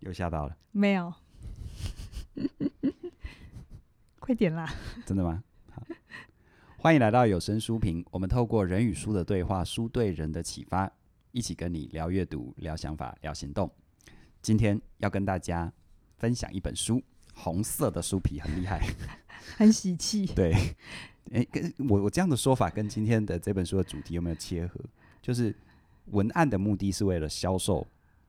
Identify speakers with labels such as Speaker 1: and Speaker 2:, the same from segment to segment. Speaker 1: 又吓到了，
Speaker 2: 没有， 快点啦！
Speaker 1: 真的吗？好，欢迎来到有声书评，我们透过人与书的对话，书对人的启发，一起跟你聊阅读、聊想法、聊行动。今天要跟大家分享一本书，红色的书皮很厉害。
Speaker 2: 很喜气，
Speaker 1: 对，诶，跟我我这样的说法跟今天的这本书的主题有没有切合？就是文案的目的是为了销售，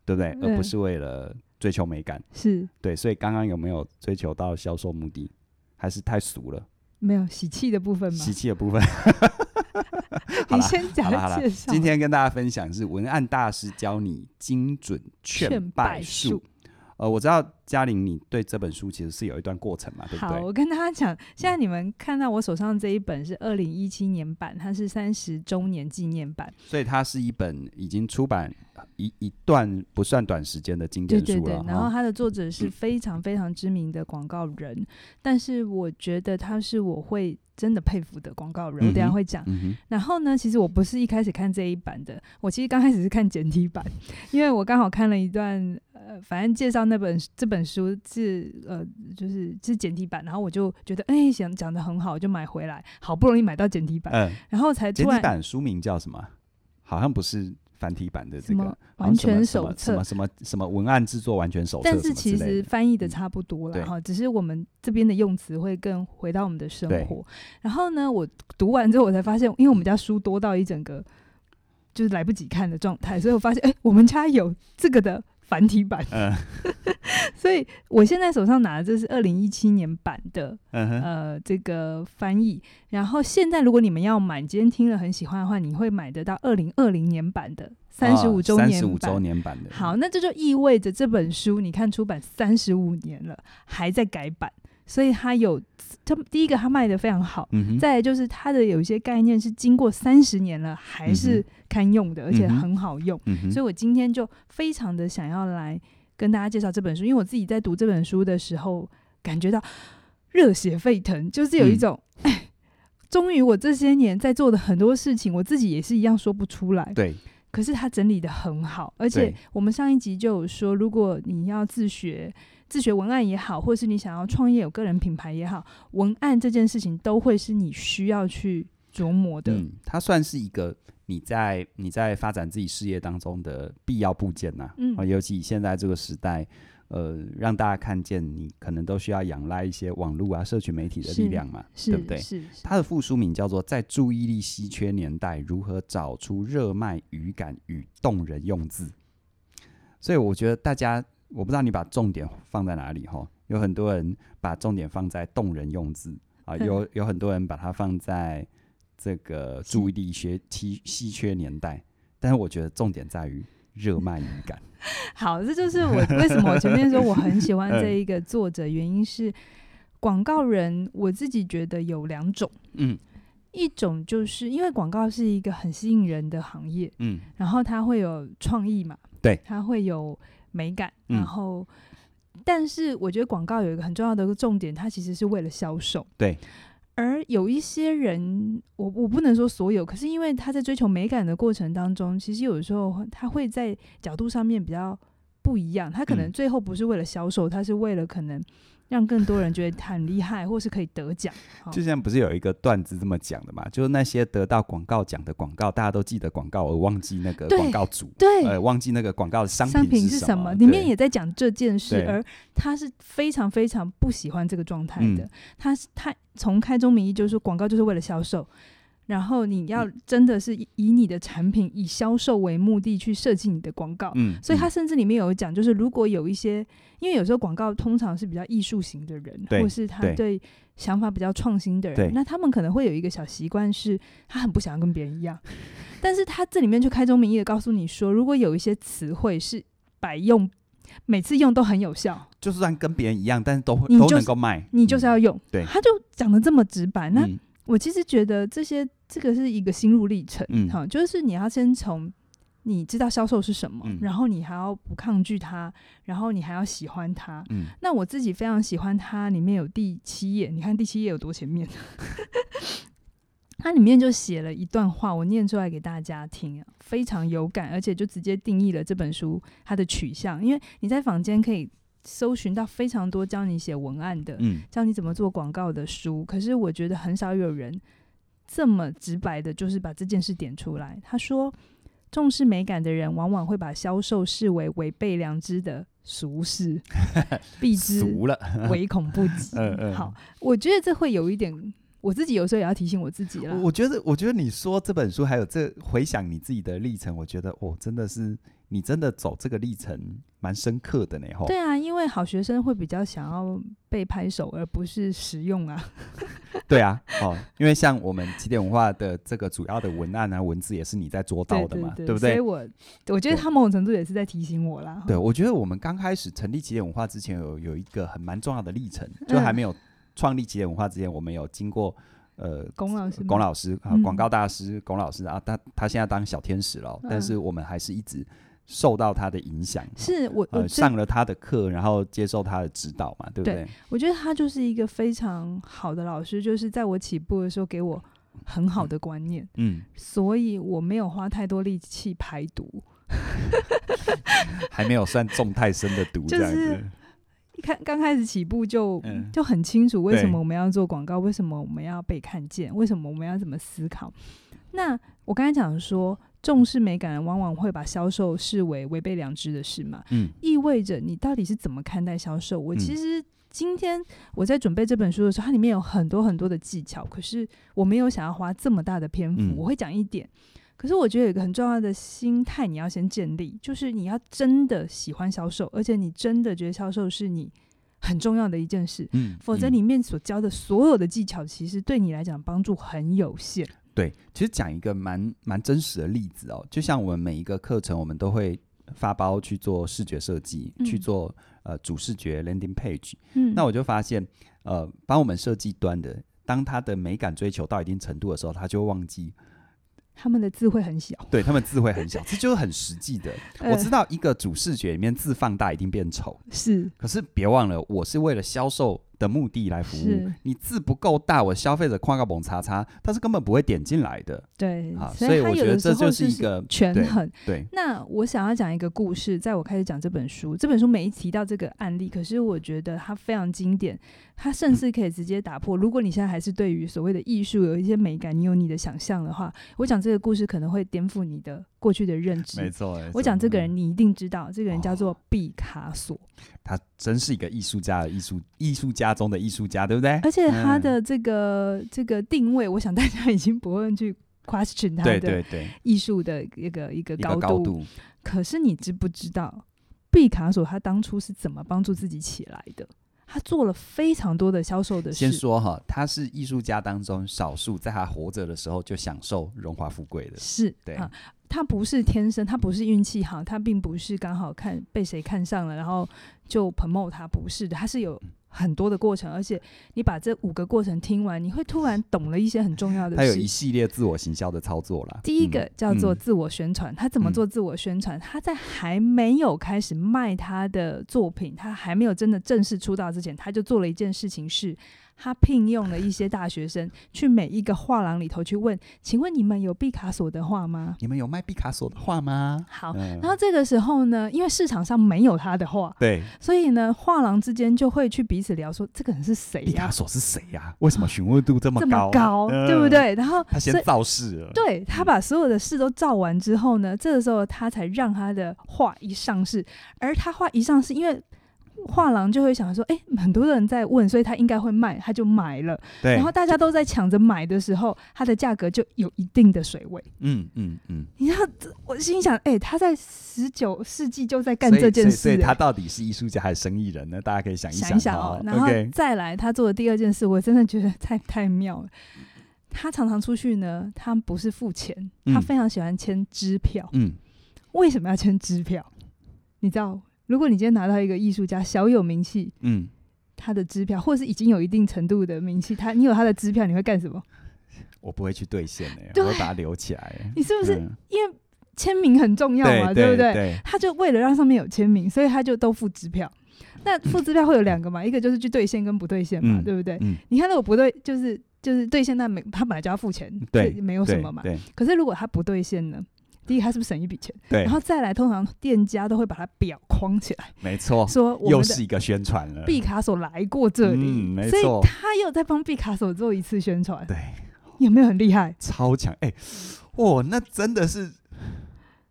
Speaker 1: 对不对？而不
Speaker 2: 嗯
Speaker 1: 是为了追求美感。
Speaker 2: 是
Speaker 1: 对，所以刚刚有没有追求到销售目的，还是太俗了，
Speaker 2: 没有喜气的部分吗
Speaker 1: 喜？气的部分。好
Speaker 2: 你
Speaker 1: 啦
Speaker 2: 先
Speaker 1: 好
Speaker 2: 讲
Speaker 1: 了好了
Speaker 2: 介，绍。
Speaker 1: 今天跟大家分享是文案大师教你精准劝
Speaker 2: 劝
Speaker 1: 败
Speaker 2: 败
Speaker 1: 术
Speaker 2: 术。
Speaker 1: 呃，我知道嘉玲，你对这本书其实是有一段过程嘛，对不
Speaker 2: 好，
Speaker 1: 对？
Speaker 2: 我跟大家讲，现在你们看到我手上这一本是二零一七年版，它是三十周年纪念版。
Speaker 1: 所以它是一本已经出版一一段不算短时间的经
Speaker 2: 对
Speaker 1: 典
Speaker 2: 对
Speaker 1: 书
Speaker 2: 对
Speaker 1: 了，
Speaker 2: 然后
Speaker 1: 哈。
Speaker 2: 它的作者是非常非常知名的广告人，但是我觉得他是我会真的佩服的广告人，我等
Speaker 1: 嗯
Speaker 2: 一下
Speaker 1: 哼
Speaker 2: 会讲。
Speaker 1: 嗯哼，
Speaker 2: 然后呢，其实我不是一开始看这一版的，我其实刚开始是看简体版，因为我刚好看了一段，呃，反正介绍那本这本书是呃，就是是简体版，然后我就觉得哎、想讲的很好，我就买回来，好不容易买到简体版，
Speaker 1: 嗯，
Speaker 2: 然后才
Speaker 1: 简
Speaker 2: 突
Speaker 1: 体
Speaker 2: 然
Speaker 1: 版书名叫什么？好像不是繁体版的
Speaker 2: 什
Speaker 1: 这个
Speaker 2: 么，
Speaker 1: 好像
Speaker 2: 完
Speaker 1: 什么什
Speaker 2: 全手
Speaker 1: 么
Speaker 2: 册
Speaker 1: 什么，什么什么文案制作完全手册，
Speaker 2: 但是其实翻译的差不多
Speaker 1: 嗯对
Speaker 2: 了哈，只是我们这边的用词会更回到我们的生
Speaker 1: 对
Speaker 2: 活。然后呢，我读完之后我才发现，因为我们家书多到一整个就是来不及看的状态，所以我发现，哎、我们家有这个的繁体版，
Speaker 1: 嗯
Speaker 2: 所以我现在手上拿的这是二零一七年版的
Speaker 1: 嗯哼，
Speaker 2: 呃这个翻译。然后现在如果你们要买，你今天听了很喜欢的话，你会买得到二零二零年版的三十五周
Speaker 1: 啊三
Speaker 2: 年
Speaker 1: 十五
Speaker 2: 版
Speaker 1: 周。年版的，
Speaker 2: 好，那这就意味着这本书你看出版三十五年了，还在改版，所以它有它第一个它卖的非常好，
Speaker 1: 嗯哼，
Speaker 2: 再来就是它的有一些概念是经过三十年了还
Speaker 1: 嗯
Speaker 2: 是堪用的，而且
Speaker 1: 嗯哼
Speaker 2: 很好用，
Speaker 1: 嗯哼，
Speaker 2: 所以我今天就非常的想要来跟大家介绍这本书，因为我自己在读这本书的时候感觉到热血沸腾，就是有一
Speaker 1: 嗯
Speaker 2: 种哎。终于，我这些年在做的很多事情，我自己也是一样说不出来。
Speaker 1: 对
Speaker 2: 可是他整理的很好，而且
Speaker 1: 对
Speaker 2: 我们上一集就有说，如果你要自学，自学文案也好，或是你想要创业有个人品牌也好，文案这件事情都会是你需要去琢磨的。
Speaker 1: 嗯，它算是一个你在你在发展自己事业当中的必要部件呐、
Speaker 2: 嗯
Speaker 1: 啊尤其现在这个时代，呃，让大家看见你可能都需要仰赖一些网络啊、社群媒体的力
Speaker 2: 是
Speaker 1: 量嘛，
Speaker 2: 是
Speaker 1: 对不对？
Speaker 2: 是是
Speaker 1: 它的副书名叫做《在注意力稀缺年代，如何找出热卖语感与动人用字》。所以我觉得大家，我不知道你把重点放在哪里哈。有很多人把重点放在动人用字啊，
Speaker 2: 嗯
Speaker 1: 有有很多人把它放在这个注意力学稀稀缺年代，但是我觉得重点在于热卖语感。
Speaker 2: 好，这就是我为什么我前面说我 很喜欢这
Speaker 1: 嗯
Speaker 2: 一个作者，原因是广告人我自己觉得有两种，
Speaker 1: 嗯
Speaker 2: 一种就是因为广告是一个很吸引人的行业，
Speaker 1: 嗯
Speaker 2: 然后它会有创意嘛，
Speaker 1: 对
Speaker 2: 它会有美感，
Speaker 1: 嗯
Speaker 2: 然后，但是我觉得广告有一个很重要的重点，它其实是为了销售，
Speaker 1: 对。
Speaker 2: 而有一些人，我我不能说所有，可是因为他在追求美感的过程当中，其实有时候他会在角度上面比较不一样，他可能
Speaker 1: 嗯
Speaker 2: 最后不是为了销售，他是为了可能让更多人觉得他很厉害，或是可以得奖。好
Speaker 1: 就像不是有一个段子这么讲的嘛，就是那些得到广告奖的广告，大家都记得广告，而忘记那个
Speaker 2: 对
Speaker 1: 广告主，
Speaker 2: 对，
Speaker 1: 呃，忘记那个广告的商
Speaker 2: 哎商
Speaker 1: 品
Speaker 2: 是
Speaker 1: 是什么，
Speaker 2: 里面
Speaker 1: 对
Speaker 2: 也在讲这件事
Speaker 1: 对，
Speaker 2: 而他是非常非常不喜欢这个状态的。
Speaker 1: 嗯
Speaker 2: 他是他从开宗明义就是说广告就是为了销售，然后你要
Speaker 1: 嗯
Speaker 2: 真的是以以你的产品以销售为目的去设计你的广告。
Speaker 1: 嗯，
Speaker 2: 所以他
Speaker 1: 嗯
Speaker 2: 甚至里面有讲，就是如果有一些，因为有时候广告通常是比较艺术型的人，
Speaker 1: 对
Speaker 2: 或是他
Speaker 1: 对
Speaker 2: 对想法比较创新的
Speaker 1: 对
Speaker 2: 人，那他们可能会有一个小习惯，是他很不想要跟别人一样。 但是他这里面却开宗明义的告诉你说，如果有一些词汇是百用，每次用都很有效，
Speaker 1: 就算跟别人一样，但是都会
Speaker 2: 你
Speaker 1: 都
Speaker 2: 就
Speaker 1: 能
Speaker 2: 是
Speaker 1: 够卖，
Speaker 2: 你就是要用。
Speaker 1: 嗯对
Speaker 2: 他就讲的这么直白，那
Speaker 1: 嗯
Speaker 2: 我其实觉得这些这个是一个心路历程，
Speaker 1: 嗯
Speaker 2: 好、就是你要先从你知道销售是什么，
Speaker 1: 嗯
Speaker 2: 然后你还要不抗拒它，然后你还要喜欢它。
Speaker 1: 嗯
Speaker 2: 那我自己非常喜欢它，里面有第七页，你看第七页有多前面， 它里面就写了一段话，我念出来给大家听啊，非常有感，而且就直接定义了这本书它的取向。因为你在坊间可以搜寻到非常多教你写文案的、
Speaker 1: 嗯，
Speaker 2: 教你怎么做广告的书，可是我觉得很少有人这么直白的，就是把这件事点出来。他说，重视美感的人往往会把销售视为违背良知的 俗事，避之
Speaker 1: 俗了，
Speaker 2: 唯恐不及。
Speaker 1: 嗯嗯
Speaker 2: 好，我觉得这会有一点，我自己有时候也要提醒我自己啦
Speaker 1: 我。我觉得，我觉得你说这本书还有这回想你自己的历程，我觉得哦，真的是你真的走这个历程蛮深刻的呢。吼，
Speaker 2: 对啊，因为好学生会比较想要被拍手，而不是实 用啊。
Speaker 1: 对啊，哦，因为像我们起点文化的这个主要的文案啊，文字也是你在做到
Speaker 2: 对
Speaker 1: 的
Speaker 2: 对
Speaker 1: 嘛，
Speaker 2: 对，
Speaker 1: 不
Speaker 2: 所以
Speaker 1: 对？
Speaker 2: 我我觉
Speaker 1: 对
Speaker 2: 得他某种程度也是在提醒我啦。
Speaker 1: 对，我觉得我们刚开始成立起点文化之前有，有一个很蛮重要的历程，就
Speaker 2: 嗯
Speaker 1: 还没有创立起点文化之前，我们有经过呃
Speaker 2: 龚老师吗，
Speaker 1: 龚老师啊，
Speaker 2: 嗯
Speaker 1: 广告大师龚老师啊，他他现在当小天使了哦，但
Speaker 2: 嗯
Speaker 1: 是我们还是一直受到他的影响，
Speaker 2: 是我我
Speaker 1: 呃
Speaker 2: 最
Speaker 1: 上了他的课，然后接受他的指导嘛，对不
Speaker 2: 对
Speaker 1: 对？
Speaker 2: 我觉得他就是一个非常好的老师，就是在我起步的时候给我很好的观念，
Speaker 1: 嗯，
Speaker 2: 所以我没有花太多力气排毒。
Speaker 1: 还没有算中太深的毒
Speaker 2: 就
Speaker 1: 这样
Speaker 2: 是
Speaker 1: 子，
Speaker 2: 一开刚开始起步就、
Speaker 1: 嗯
Speaker 2: 就很清楚为什
Speaker 1: 对
Speaker 2: 么我们要做广告，为什么我们要被看见，为什么我们要怎么思考。那我刚才讲说，重视美感人往往会把销售视为违背良知的事嘛，
Speaker 1: 嗯
Speaker 2: 意味着你到底是怎么看待销售？我
Speaker 1: 嗯
Speaker 2: 其实今天我在准备这本书的时候，它里面有很多很多的技巧，可是我没有想要花这么大的篇幅，
Speaker 1: 嗯
Speaker 2: 我会讲一点。可是我觉得有一个很重要的心态，你要先建立，就是你要真的喜欢销售，而且你真的觉得销售是你很重要的一件事，
Speaker 1: 嗯，
Speaker 2: 否则
Speaker 1: 嗯
Speaker 2: 里面所教的所有的技巧，其实对你来讲帮助很有限。
Speaker 1: 对，其实讲一个蛮蛮真实的例子哦，就像我们每一个课程，我们都会发包去做视觉设计，去
Speaker 2: 嗯
Speaker 1: 做呃主视觉 landing page。
Speaker 2: 嗯
Speaker 1: 那我就发现，呃，帮我们设计端的，当他的美感追求到一定程度的时候，他就会忘记，
Speaker 2: 他们的字会很小，
Speaker 1: 对他们字会很小，这就是很实际 的。我
Speaker 2: 呃
Speaker 1: 知道一个主视觉里面字放大一定变丑，
Speaker 2: 是
Speaker 1: 可是别忘了，我是为了销售的目的来服务
Speaker 2: 是。
Speaker 1: 你字不够大，我消费者跨个猛叉叉，他是根本不会点进来的
Speaker 2: 对
Speaker 1: 啊。，所以
Speaker 2: 嗯他
Speaker 1: 我觉
Speaker 2: 有
Speaker 1: 得
Speaker 2: 的
Speaker 1: 这
Speaker 2: 时候
Speaker 1: 就是一个
Speaker 2: 权
Speaker 1: 对
Speaker 2: 衡。
Speaker 1: 对，
Speaker 2: 那我想要讲一个故事，在我开始讲这本书，这本书每一提到这个案例，可是我觉得它非常经典，它甚至可以直接打破。如果你现在还是对于所谓的艺术有一些美感，你有你的想象的话，我讲这个故事可能会颠覆你的过去的认知。
Speaker 1: 错。嗯哦
Speaker 2: 我讲这个人，你一定知道，这个人叫做毕卡索，
Speaker 1: 他真是一个艺术家的艺术艺术家中的艺术家，对不对？
Speaker 2: 而且他
Speaker 1: 嗯
Speaker 2: 的这个、这个定位，我想大家已经不会去 question 他
Speaker 1: 对
Speaker 2: 的
Speaker 1: 对对，
Speaker 2: 艺术的一个一个
Speaker 1: 一个高度，
Speaker 2: 可是你知不知道，毕卡索他当初是怎么帮助自己起来的？他做了非常多的销售的
Speaker 1: 先
Speaker 2: 事，
Speaker 1: 说哈，他是艺术家当中少数在他活着的时候就享受荣华富贵的。
Speaker 2: 是
Speaker 1: 对
Speaker 2: 啊，他不是天生，他不是运气好，他并不是刚好看被谁看上了，然后就 promote 他，不是的，他是
Speaker 1: 嗯
Speaker 2: 有很多的过程，而且你把这五个过程听完，你会突然懂了一些很重要的
Speaker 1: 他有
Speaker 2: 事
Speaker 1: 一。系列自我行销的操作啦。
Speaker 2: 第一个
Speaker 1: 嗯
Speaker 2: 叫做
Speaker 1: 嗯
Speaker 2: 自我宣传，他怎么做自我宣传？他在还没有开始卖他的作品，他还没有真的正式出道之前，他就做了一件事情是。他聘用了一些大学生去每一个画廊里头去问，请问你们有毕卡索的画吗？
Speaker 1: 你们有卖毕卡索的画吗？
Speaker 2: 好，
Speaker 1: 嗯
Speaker 2: 然后这个时候呢，因为市场上没有他的画，
Speaker 1: 对，
Speaker 2: 所以呢，画廊之间就会去彼此聊说，这个人是谁
Speaker 1: 毕
Speaker 2: 呀、
Speaker 1: 卡索是谁呀？为什么询问度这么
Speaker 2: 这
Speaker 1: 高？
Speaker 2: 么高，
Speaker 1: 嗯
Speaker 2: 对不？对？然后
Speaker 1: 他
Speaker 2: 所
Speaker 1: 先
Speaker 2: 以
Speaker 1: 造势了。
Speaker 2: 对他
Speaker 1: 嗯
Speaker 2: 把所有的事都照完之后呢，这个时候他才让他的画一上市，而他画一上市，因为。画廊就会想说，哎、很多人在问，所以他应该会卖，他就买了。
Speaker 1: 对，
Speaker 2: 然后大家都在抢着买的时候，它的价格就有一定的水位。
Speaker 1: 嗯嗯嗯，
Speaker 2: 你知道，这我心想，哎、他在十九世纪就在干
Speaker 1: 所以
Speaker 2: 这件
Speaker 1: 所以
Speaker 2: 事、
Speaker 1: 所以他
Speaker 2: 哎
Speaker 1: 到底是艺术家还是生意人呢？大家可以想一
Speaker 2: 想一想
Speaker 1: 哦
Speaker 2: 哦。。然后
Speaker 1: OK
Speaker 2: 再来，他做的第二件事，我真的觉得太太妙了。他常常出去呢，他不是付钱，他
Speaker 1: 嗯
Speaker 2: 非常喜欢签支票。
Speaker 1: 嗯，
Speaker 2: 为什么要签支票？ 你知道，如果你今天拿到一个艺术家小有名气，
Speaker 1: 嗯，
Speaker 2: 他的支票，或是已经有一定程度的名气，他你有他的支票，你会干什么？
Speaker 1: 我不会去兑现的、
Speaker 2: 对
Speaker 1: 我会把它留起来。
Speaker 2: 你是不是、
Speaker 1: 嗯
Speaker 2: 因为签名很重要嘛，
Speaker 1: 对
Speaker 2: 不对？
Speaker 1: 对，
Speaker 2: 他就为了让上面有签名，所以他就都付支票。那付支票会有两个嘛，一个就是去兑现跟不兑现嘛，
Speaker 1: 嗯
Speaker 2: 对不对？
Speaker 1: 嗯
Speaker 2: 你看那个不对，就是就是兑现，那没他本来就要付钱，
Speaker 1: 对
Speaker 2: 这没有什么嘛。
Speaker 1: 对
Speaker 2: 可是如果他不兑现呢？第一，他是不是省一笔钱？
Speaker 1: 对
Speaker 2: 然，后再来，通常店家都会把它表框起来，
Speaker 1: 没错，
Speaker 2: 说我
Speaker 1: 又
Speaker 2: 们的
Speaker 1: 是一个宣传了。
Speaker 2: 毕卡索来过这里，
Speaker 1: 嗯没
Speaker 2: 所以
Speaker 1: 错
Speaker 2: 他又在帮毕卡索做一次宣传，
Speaker 1: 对，
Speaker 2: 有没有很厉害？
Speaker 1: 超强哎，哇、那真的是，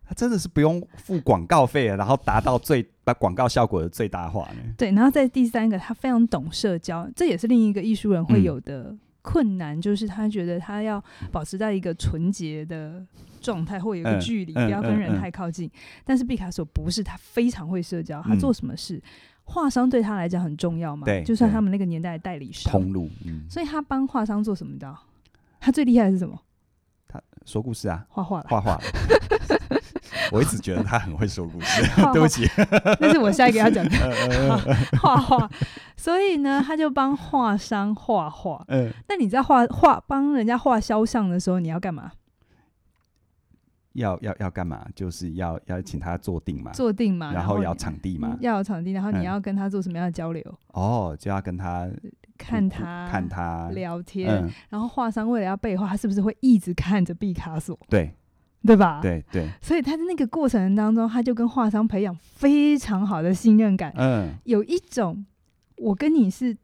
Speaker 1: 他真的是不用付广告费了，然后达到最把广告效果的最大化呢。
Speaker 2: 对，然后在第三个，他非常懂社交，这也是另一个艺术人
Speaker 1: 嗯
Speaker 2: 会有的困难，就是他觉得他要保持在一个纯洁的状态，或有一个
Speaker 1: 嗯
Speaker 2: 距离，
Speaker 1: 嗯
Speaker 2: 不要跟人
Speaker 1: 嗯嗯
Speaker 2: 太靠近。但是毕卡索不是，他非常会社交，他
Speaker 1: 嗯
Speaker 2: 做什么事，画商对他来讲很重要嘛，
Speaker 1: 对
Speaker 2: 就算
Speaker 1: 对
Speaker 2: 他们那个年代的代理商，
Speaker 1: 通路，嗯，
Speaker 2: 啊所以他帮画商做什么的？他最厉害的是什么？
Speaker 1: 说故事啊，
Speaker 2: 画画啦，
Speaker 1: 画 画。我一直觉得他很会说故事，
Speaker 2: 画画
Speaker 1: 对不起。
Speaker 2: 那是我下一个要讲的
Speaker 1: 呃呃呃
Speaker 2: 画画。所以呢，他就帮画商画画。
Speaker 1: 呃，
Speaker 2: 那你在画画帮人家画肖像的时候，你要干嘛？
Speaker 1: 要要要干嘛？就是要要请他坐定嘛，
Speaker 2: 坐定嘛，
Speaker 1: 啊然
Speaker 2: 后
Speaker 1: 后
Speaker 2: 你
Speaker 1: 要场地嘛。
Speaker 2: 要有场地，然后
Speaker 1: 嗯
Speaker 2: 你要跟他做什么样的交流？
Speaker 1: 哦，就要跟他
Speaker 2: 看他，
Speaker 1: 看，他，
Speaker 2: 聊天。
Speaker 1: 嗯，
Speaker 2: 然后画商为了要背后，他是不是会一直看着毕卡索，
Speaker 1: 对
Speaker 2: 对吧？。
Speaker 1: 对对，
Speaker 2: 所以他在那个过程当中，他就跟画商培养非常好的信任感，
Speaker 1: 嗯
Speaker 2: 有一种我跟你是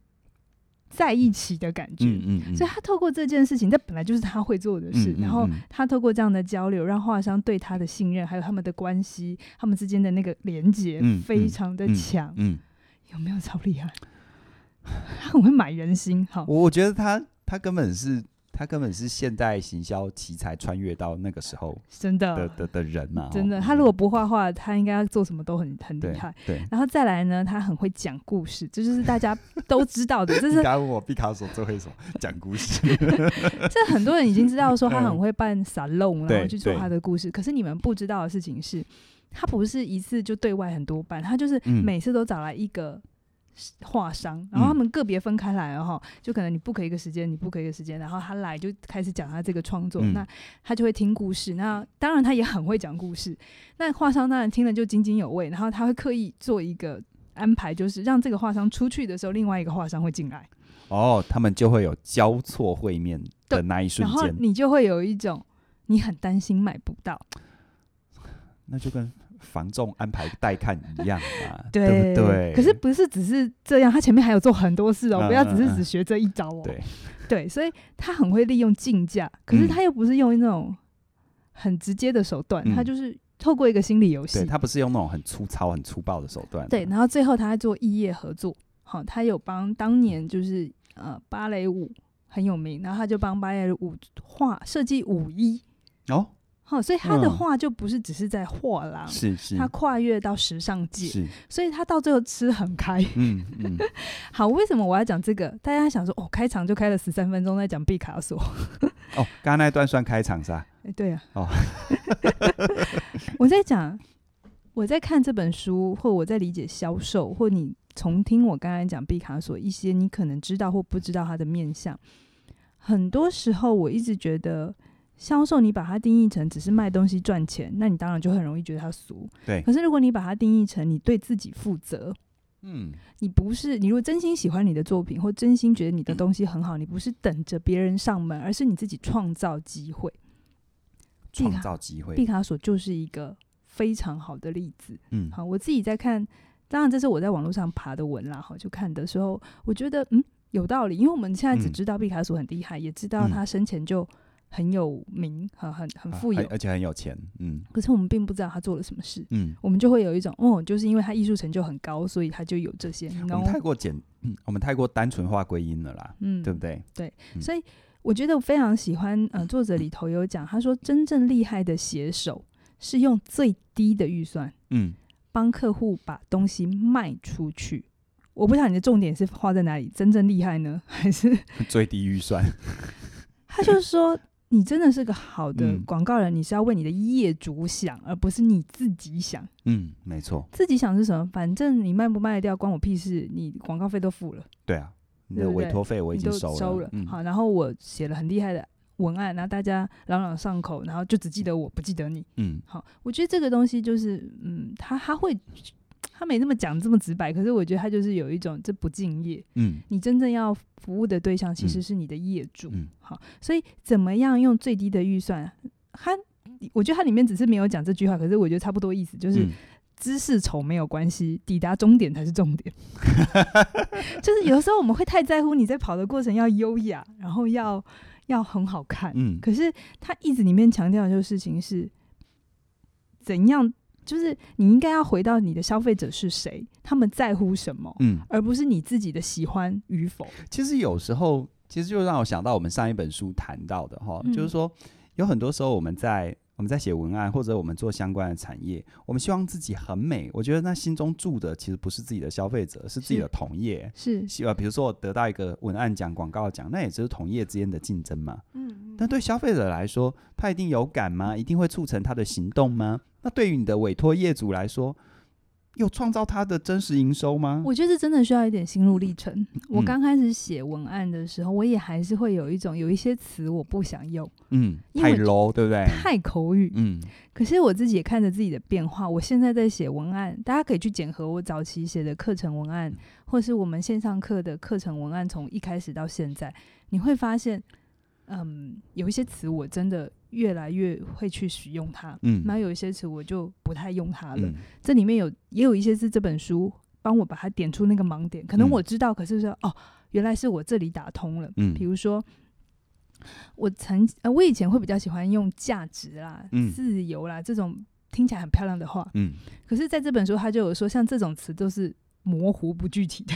Speaker 2: 在一起的感觉。
Speaker 1: 嗯嗯嗯，
Speaker 2: 所以他透过这件事情，这本来就是他会做的事，
Speaker 1: 嗯嗯
Speaker 2: 然后
Speaker 1: 嗯
Speaker 2: 他透过这样的交流，让画商对他的信任，还有他们的关系，他们之间的那个连接
Speaker 1: 嗯
Speaker 2: 非常的
Speaker 1: 嗯
Speaker 2: 强，
Speaker 1: 嗯，
Speaker 2: 有没有超厉害？ 他很会买人心，好，
Speaker 1: 我我觉得他他根本是他根本是现代行销奇才穿越到那个时候
Speaker 2: 真
Speaker 1: 的
Speaker 2: 的，
Speaker 1: 的的人嘛，
Speaker 2: 呃真的，
Speaker 1: 哦
Speaker 2: 他如果不画画，他应该要做什么都很很
Speaker 1: 对
Speaker 2: 厉害。
Speaker 1: 对，
Speaker 2: 然后再来呢，他很会讲故事，这就是大家都知道的，这
Speaker 1: 你
Speaker 2: 是
Speaker 1: 敢问我毕卡索最会什么讲故事？
Speaker 2: 这很多人已经知道说他很会办 salon，然
Speaker 1: 对
Speaker 2: 后去做
Speaker 1: 对
Speaker 2: 他的故事。可是你们不知道的事情是，他不是一次就对外很多办，他就是
Speaker 1: 嗯
Speaker 2: 每次都找来一个画商，然后他们个别分开来，然后就可能你 book 一个时间，你 book 一个时间，然后他来就开始讲他这个创作，
Speaker 1: 嗯
Speaker 2: 那他就会听故事。那当然他也很会讲故事，那画商当然听了就津津有味，然后他会刻意做一个。安排就是让这个画商出去的时候，另外一个画商会进来，
Speaker 1: 哦，他们就会有交错会面的那一瞬
Speaker 2: 然后
Speaker 1: 间，
Speaker 2: 你就会有一种你很担心买不到，
Speaker 1: 那就跟房仲安排带看一样嘛，
Speaker 2: 对
Speaker 1: 不对？
Speaker 2: 可是不是只是这样，他前面还有做很多事哦，
Speaker 1: 嗯
Speaker 2: 不要只
Speaker 1: 嗯
Speaker 2: 是
Speaker 1: 嗯
Speaker 2: 只学这一招哦。
Speaker 1: 对
Speaker 2: 对所以他很会利用竞价，可是
Speaker 1: 嗯
Speaker 2: 他又不是用那种很直接的手段，
Speaker 1: 嗯
Speaker 2: 他就是透过一个心理游戏
Speaker 1: 对，。他嗯不是用那种很粗糙、很粗暴的手段，
Speaker 2: 对，然后最后他还做异业合作，好、他有帮当年就是呃芭蕾舞很有名，然后他就帮芭蕾舞画设计舞衣，
Speaker 1: 哦，
Speaker 2: 好、所以他的
Speaker 1: 嗯
Speaker 2: 画就不是只是在画廊，
Speaker 1: 是是
Speaker 2: 他跨越到时尚界，
Speaker 1: 是，
Speaker 2: 所以他到最后吃很开。
Speaker 1: 嗯嗯，
Speaker 2: 好，为什么我要讲这个？大家想说，哦，开场就开了十三分钟在讲毕卡索，
Speaker 1: 哦，刚刚那一段算开场是吧？
Speaker 2: 哎，对啊，
Speaker 1: 哦
Speaker 2: 我在讲，我在看这本书，或我在理解销售，或你重听我刚才讲毕卡索一些你可能知道或不知道他的面相，很多时候我一直觉得。销售，你把它定义成只是卖东西赚钱，那你当然就很容易觉得它俗。
Speaker 1: 对
Speaker 2: 可是如果你把它定义成你对自己负责，
Speaker 1: 嗯，
Speaker 2: 你不是你如果真心喜欢你的作品，或真心觉得
Speaker 1: 嗯
Speaker 2: 你的东西很好，你不是等着别人上门，而是你自己创造机会。毕
Speaker 1: 创
Speaker 2: 卡
Speaker 1: 造机会
Speaker 2: 毕，卡索就是一个非常好的例子。
Speaker 1: 嗯，
Speaker 2: 好，我自己在看，当然这是我在网络上爬的文啦，好就看的时候，我觉得嗯有道理，因为我们现在只
Speaker 1: 嗯
Speaker 2: 知道毕卡索很厉害，也知道他生前就很有名，很很很
Speaker 1: 啊
Speaker 2: 富有
Speaker 1: 而，而且很有钱，嗯
Speaker 2: 可是我们并不知道他做了什么事。
Speaker 1: 嗯。
Speaker 2: 我们就会有一种，哦，就是因为他艺术成就很高，所以他就有这些。
Speaker 1: 我
Speaker 2: no
Speaker 1: 们太过简，嗯我们太过单纯化归因了啦，
Speaker 2: 嗯，
Speaker 1: 对不对？嗯
Speaker 2: 所以我觉得我非常喜欢，呃，作者里头有讲，他说真正厉害的写手是用最低的预算
Speaker 1: 嗯，
Speaker 2: 帮客户把东西卖出去。我不知道你的重点是花在哪里，真正厉害呢， 还是
Speaker 1: 最低预算，
Speaker 2: 他就是说。你真的是个好的
Speaker 1: 嗯
Speaker 2: 广告人，你是要为你的业主想，而不是你自己想。
Speaker 1: 嗯，没错，
Speaker 2: 自己想是什么？反正你卖不卖得掉关我屁事，你广告费都付了。
Speaker 1: 对啊，你
Speaker 2: 对
Speaker 1: 的
Speaker 2: 不对
Speaker 1: 委托费我已
Speaker 2: 你
Speaker 1: 经
Speaker 2: 都
Speaker 1: 收了，嗯，
Speaker 2: 好，然后我写了很厉害的文案，然后大家朗朗上口，然后就只记得我不记得你。
Speaker 1: 嗯，
Speaker 2: 好，我觉得这个东西就是，嗯，他他会，他没那么讲这么直白，可是我觉得他就是有一种这不敬业。
Speaker 1: 嗯
Speaker 2: 你真正要服务的对象其实
Speaker 1: 嗯
Speaker 2: 是你的业主，
Speaker 1: 嗯
Speaker 2: 好，所以怎么样用最低的预算？他，我觉得它里面只是没有讲这句话，可是我觉得差不多意思，就是
Speaker 1: 嗯
Speaker 2: 知识丑没有关系，抵达终点才是重点。 就是有的时候我们会太在乎你在跑的过程要优雅，然后要要很好看，
Speaker 1: 嗯
Speaker 2: 可是他一直里面强调的就是事情是怎样，就是你应该要回到你的消费者是谁，他们在乎什么。
Speaker 1: 嗯，
Speaker 2: 而不是你自己的喜欢与否。
Speaker 1: 其实有时候，其实就让我想到我们上一本书谈到的哈，
Speaker 2: 嗯
Speaker 1: 就是说有很多时候我们在我们在写文案或者我们做相关的产业，我们希望自己很美。我觉得那心中住的其实不是自己的消费者，是自己
Speaker 2: 是
Speaker 1: 的同业。
Speaker 2: 是，
Speaker 1: 希呃，比如说我得到一个文案奖、广告奖，那也只是同业之间的竞争嘛。
Speaker 2: 嗯
Speaker 1: 但对消费者来说，他一定有感吗？一定会促成他的行动吗？那对于你的委托业主来说，有创造他的真实营收吗？
Speaker 2: 我觉得这真的需要一点心路历程。我刚开始写文案的时候，我也还是会有一种有一些词我不想用，
Speaker 1: 嗯，
Speaker 2: 因
Speaker 1: 太
Speaker 2: 为
Speaker 1: low，对不对？
Speaker 2: 太口语。
Speaker 1: 嗯
Speaker 2: 可是我自己也看着自己的变化，我现在在写文案，大家可以去检核我早期写的课程文案，或是我们线上课的课程文案，从一开始到现在，你会发现，嗯，有一些词我真的越来越会去使用它，
Speaker 1: 嗯
Speaker 2: 那有一些词我就不太用它了。
Speaker 1: 嗯
Speaker 2: 这里面有也有一些是这本书帮我把它点出那个盲点，可能
Speaker 1: 嗯
Speaker 2: 我知道，可是说哦，原来是我这里打通了。
Speaker 1: 嗯
Speaker 2: 比如说，我曾呃，我以前会比较喜欢用价值啦、
Speaker 1: 嗯
Speaker 2: 自由啦这种听起来很漂亮的话，
Speaker 1: 嗯，
Speaker 2: 可是在这本书它就有说，像这种词都是模糊不具体的，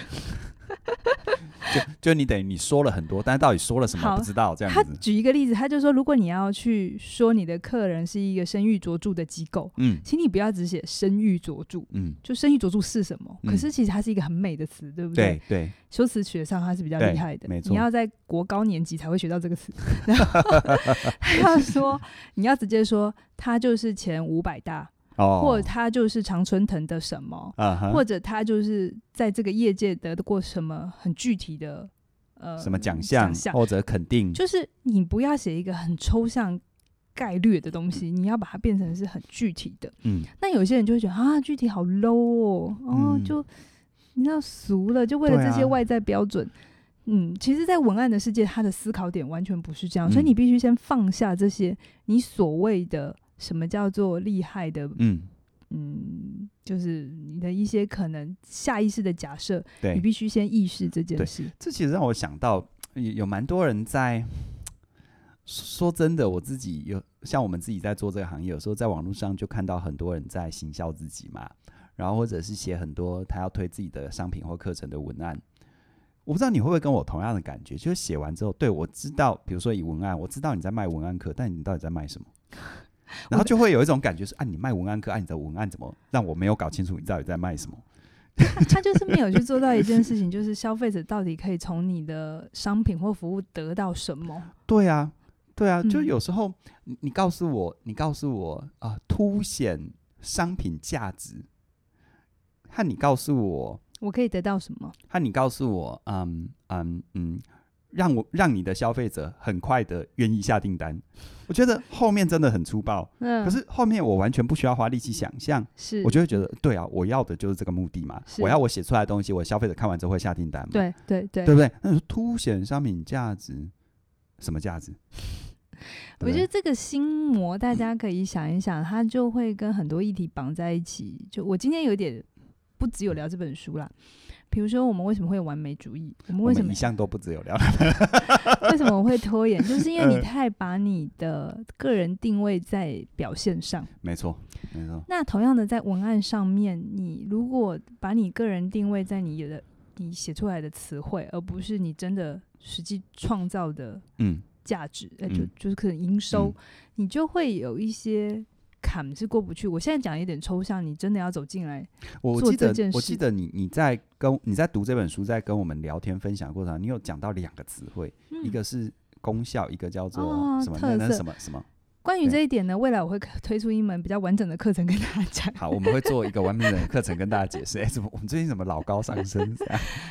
Speaker 1: 就就你等于你说了很多，但是到底说了什么
Speaker 2: 好
Speaker 1: 不知道，这
Speaker 2: 他
Speaker 1: 样子。
Speaker 2: 举一个例子，他就说，如果你要去说你的客人是一个声誉卓著的机构，
Speaker 1: 嗯
Speaker 2: 请你不要只写声誉卓著，
Speaker 1: 嗯，
Speaker 2: 就声誉卓著是什么？
Speaker 1: 嗯
Speaker 2: 可是其实它是一个很美的词，对不
Speaker 1: 对对，
Speaker 2: 修辞学上他是比较
Speaker 1: 对
Speaker 2: 厉害的，
Speaker 1: 没错
Speaker 2: 你要在国高年级才会学到这个词。 然后他要说，你要直接说，他就是前五百大，
Speaker 1: 哦，
Speaker 2: 或者他就是常春藤的什么，
Speaker 1: 啊哈，
Speaker 2: 或者他就是在这个业界得过什么很具体的呃
Speaker 1: 什么奖项哦
Speaker 2: 项，
Speaker 1: 或者肯定，
Speaker 2: 就是你不要写一个很抽象。概率的东西，你要把它变成是很具体的。
Speaker 1: 嗯，
Speaker 2: 那有些人就会觉得啊，具体好 low 哦，哦，
Speaker 1: 嗯
Speaker 2: 就你知道俗了，就为了
Speaker 1: 对啊
Speaker 2: 这些外在标准。嗯，其实，在文案的世界，他的思考点完全不是这样，
Speaker 1: 嗯
Speaker 2: 所以你必须先放下这些你所谓的什么叫做厉害的，
Speaker 1: 嗯，
Speaker 2: 嗯，就是你的一些可能下意识的假设，你
Speaker 1: 对，
Speaker 2: 必须先意识这件事。
Speaker 1: 这其实让我想到有有蛮多人在。说真的，我自己有像我们自己在做这个行业，有时候在网络上就看到很多人在行销自己嘛，然后或者是写很多他要推自己的商品或课程的文案。我不知道你会不会跟我同样的感觉，就是写完之后，对我知道，比如说以文案，我知道你在卖文案课，但你到底在卖什么？然后就会有一种感觉是，啊，你卖文案课，啊，你的文案怎么让我没有搞清楚你到底在卖什么？
Speaker 2: 他他就是没有去做到一件事情，就是消费者到底可以从你的商品或服务得到什么？
Speaker 1: 对啊，对啊，就
Speaker 2: 嗯
Speaker 1: 有时候你你告诉我，你告诉我啊、凸显商品价值，和你告诉我，
Speaker 2: 我可以得到什么？
Speaker 1: 和你告诉我，嗯嗯嗯，让我让你的消费者很快的愿意下订单，我觉得后面真的很粗暴，
Speaker 2: 嗯，
Speaker 1: 可是后面我完全不需要花力气想象，
Speaker 2: 是，
Speaker 1: 我就会觉得，对啊，我要的就是这个目的嘛，
Speaker 2: 是
Speaker 1: 我要我写出来的东西，我消费者看完之后会下订单嘛，
Speaker 2: 对对对
Speaker 1: 对不对？那你说凸显商品价值，什么价值？对
Speaker 2: 我
Speaker 1: 不
Speaker 2: 觉
Speaker 1: 对
Speaker 2: 得这个心魔，大家可以想一想，它就会跟很多议题绑在一起。就我今天有点不只有聊这本书啦，比如说我们为什么会有完美主义，我们
Speaker 1: 我
Speaker 2: 为
Speaker 1: 们
Speaker 2: 什么
Speaker 1: 一向都不只有聊
Speaker 2: 为什么会拖延，就是因为你
Speaker 1: 嗯
Speaker 2: 太把你的个人定位在表现上。
Speaker 1: 没错，没错，
Speaker 2: 那同样的，在文案上面，你如果把你个人定位在你的你写出来的词汇，而不是你真的实际创造的
Speaker 1: 嗯，
Speaker 2: 价值，呃，
Speaker 1: 嗯
Speaker 2: 就就是可能营收，
Speaker 1: 嗯
Speaker 2: 你就会有一些坎是过不去。我现在讲有点抽象，你真的要走进来，
Speaker 1: 我
Speaker 2: 做
Speaker 1: 记
Speaker 2: 这
Speaker 1: 得
Speaker 2: 件
Speaker 1: 我
Speaker 2: 事
Speaker 1: 记得你你在跟你在读这本书，在跟我们聊天分享过程中，你有讲到两个词汇，
Speaker 2: 嗯
Speaker 1: 一个是功效，一个叫做
Speaker 2: 哦
Speaker 1: 什么？
Speaker 2: 特
Speaker 1: 那那是
Speaker 2: 色
Speaker 1: 什么什么？
Speaker 2: 关于
Speaker 1: 对
Speaker 2: 这一点呢，未来我会 推出一门比较完整的课程跟大家讲。
Speaker 1: 好，我们会做一个完美的课程跟大家解释。哎，怎么我们最近怎么老高上身？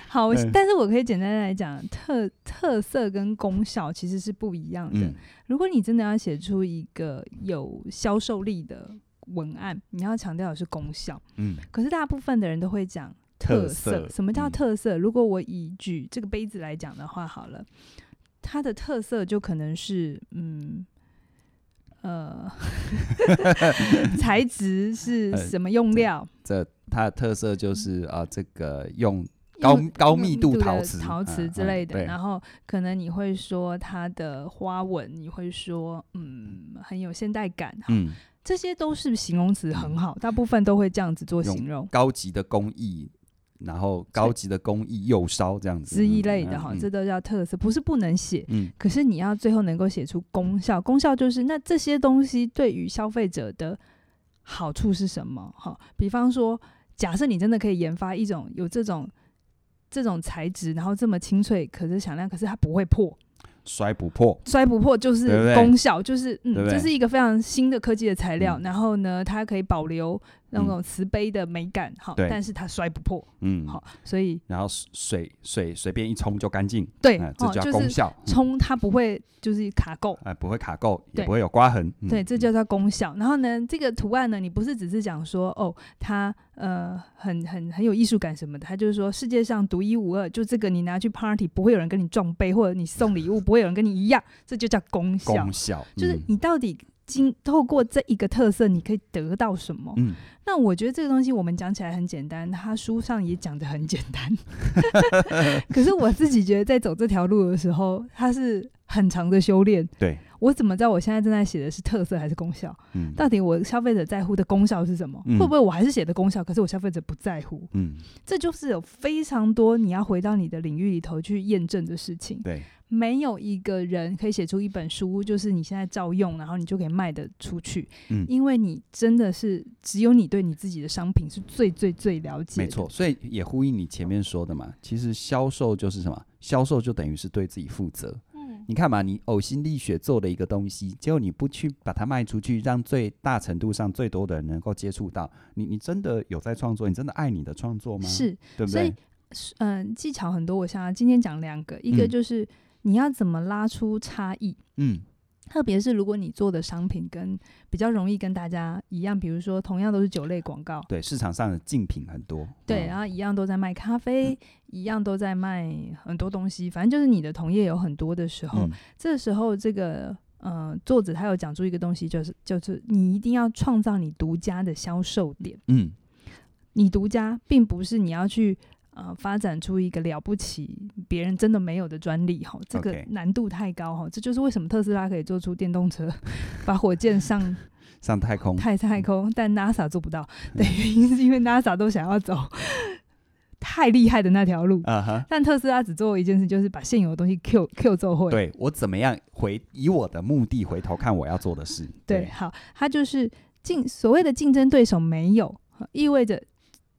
Speaker 2: 好，我
Speaker 1: 嗯
Speaker 2: 但是我可以简单来讲，特特色跟功效 其实是不一样的。
Speaker 1: 嗯
Speaker 2: 如果你真的要写出一个有销售力的文案，你要强调的是功效。
Speaker 1: 嗯，
Speaker 2: 可是大部分的人都会讲
Speaker 1: 特色
Speaker 2: 色。什么叫
Speaker 1: 嗯
Speaker 2: 特色？如果我以举这个杯子来讲的话，好了，它的特色就可能是嗯。呃， 材质是
Speaker 1: 呃
Speaker 2: 什么用料？
Speaker 1: 这它的特色
Speaker 2: 嗯
Speaker 1: 就是啊、呃这个用高
Speaker 2: 用
Speaker 1: 高
Speaker 2: 用
Speaker 1: 密度
Speaker 2: 的
Speaker 1: 陶瓷
Speaker 2: 陶瓷
Speaker 1: 嗯
Speaker 2: 之
Speaker 1: 嗯
Speaker 2: 类的。
Speaker 1: 对
Speaker 2: 然后可能你会说它的花纹，你会说嗯很有现代感，好
Speaker 1: 嗯
Speaker 2: 这些都是形容词很好，大部分都会这样子做
Speaker 1: 用嗯
Speaker 2: 形容。
Speaker 1: 高级的工艺，然后高级的工艺釉烧这样子
Speaker 2: 之一类的哈，
Speaker 1: 嗯
Speaker 2: 这都叫特色，不是不能写，
Speaker 1: 嗯
Speaker 2: 可是你要最后能够写出功效，功效就是那这些东西对于消费者的好处是什么？哈，比方说，假设你真的可以研发一种有这种这种材质，然后这么清脆，可是响亮，可是它不会破，
Speaker 1: 摔不破，
Speaker 2: 摔不破就
Speaker 1: 对不对
Speaker 2: 是功效，就是嗯，
Speaker 1: 对不对
Speaker 2: 这是一个非常新的科技的材料，
Speaker 1: 嗯
Speaker 2: 然后呢，它可以保留那种慈悲的美感，哈、
Speaker 1: 对
Speaker 2: 但是它摔不破，
Speaker 1: 嗯，
Speaker 2: 好，所以
Speaker 1: 然后水水水随便一冲就干净，
Speaker 2: 对，
Speaker 1: 哎，这
Speaker 2: 哦，
Speaker 1: 叫
Speaker 2: 就
Speaker 1: 功
Speaker 2: 是
Speaker 1: 效，嗯
Speaker 2: 冲它不会就是卡垢。
Speaker 1: 哎，不会卡垢，也
Speaker 2: 对
Speaker 1: 不会有刮痕，嗯
Speaker 2: 对，这就叫功效。然后呢，这个图案呢，你不是只是讲说哦，它呃很很很有艺术感什么的，它就是说世界上独一无二，就这个你拿去 party 不会有人跟你撞杯，或者你送礼物不会有人跟你一样，这就叫功效。
Speaker 1: 功效
Speaker 2: 就是
Speaker 1: 嗯
Speaker 2: 你到底经透过这一个特色，你可以得到什么？
Speaker 1: 嗯，
Speaker 2: 那我觉得这个东西我们讲起来很简单，他书上也讲的很简单， 可是我自己觉得在走这条路的时候，它是很长的修炼。
Speaker 1: 对，
Speaker 2: 我怎么知道我现在正在写的是特色还是功效？
Speaker 1: 嗯
Speaker 2: 到底我消费者在乎的功效是什么？
Speaker 1: 嗯
Speaker 2: 会不会我还是写的功效，可是我消费者不在乎？
Speaker 1: 嗯，
Speaker 2: 这就是有非常多你要回到你的领域里头去验证的事情。
Speaker 1: 对，
Speaker 2: 没有一个人可以写出一本书，就是你现在照用，然后你就可以卖得出去。
Speaker 1: 嗯
Speaker 2: 因为你真的是只有你对你自己的商品是最最最了解的。
Speaker 1: 没错，，所以也呼应你前面说的嘛，其实销售就是什么？销售就等于是对自己负责，
Speaker 2: 嗯，
Speaker 1: 你看嘛，你呕心沥血做的一个东西，结果你不去把它卖出去，让最大程度上最多的人能够接触到你，你真的有在创作？你真的爱你的创作吗？，
Speaker 2: 是，
Speaker 1: 对不
Speaker 2: 所以
Speaker 1: 对？
Speaker 2: 嗯，技巧很多。我想要今天讲两个，一个
Speaker 1: 嗯
Speaker 2: 就是你要怎么拉出差异。
Speaker 1: 嗯
Speaker 2: 特别是如果你做的商品跟比较容易跟大家一样，比如说同样都是酒类广告，
Speaker 1: 对，市场上的竞品很多。
Speaker 2: 对，然
Speaker 1: 啊，
Speaker 2: 后一样都在卖咖
Speaker 1: 嗯
Speaker 2: 啡，一样都在卖很多东西，反正就是你的同业有很多的时候，
Speaker 1: 嗯
Speaker 2: 这时候这个呃作者他有讲出一个东西，就是就是你一定要创造你独家的销售点。
Speaker 1: 嗯
Speaker 2: 你独家并不是你要去呃发展出一个了不起别人真的没有的专利哈，这个
Speaker 1: OK
Speaker 2: 难度太高哈，这就是为什么特斯拉可以做出电动车， 把火箭上
Speaker 1: 上太 空，
Speaker 2: 太太空，但 NASA 做不到
Speaker 1: 嗯
Speaker 2: 的原因是因为 NASA 都想要 走太厉害的那条路，
Speaker 1: 啊哈，
Speaker 2: 但特斯拉只做一件事，就是把现有的东西 Q Q 做会。
Speaker 1: 对我怎么样回以我的目的回头看我要做的事？
Speaker 2: 对，，好，它就是竞所谓的竞争对手没有，意味着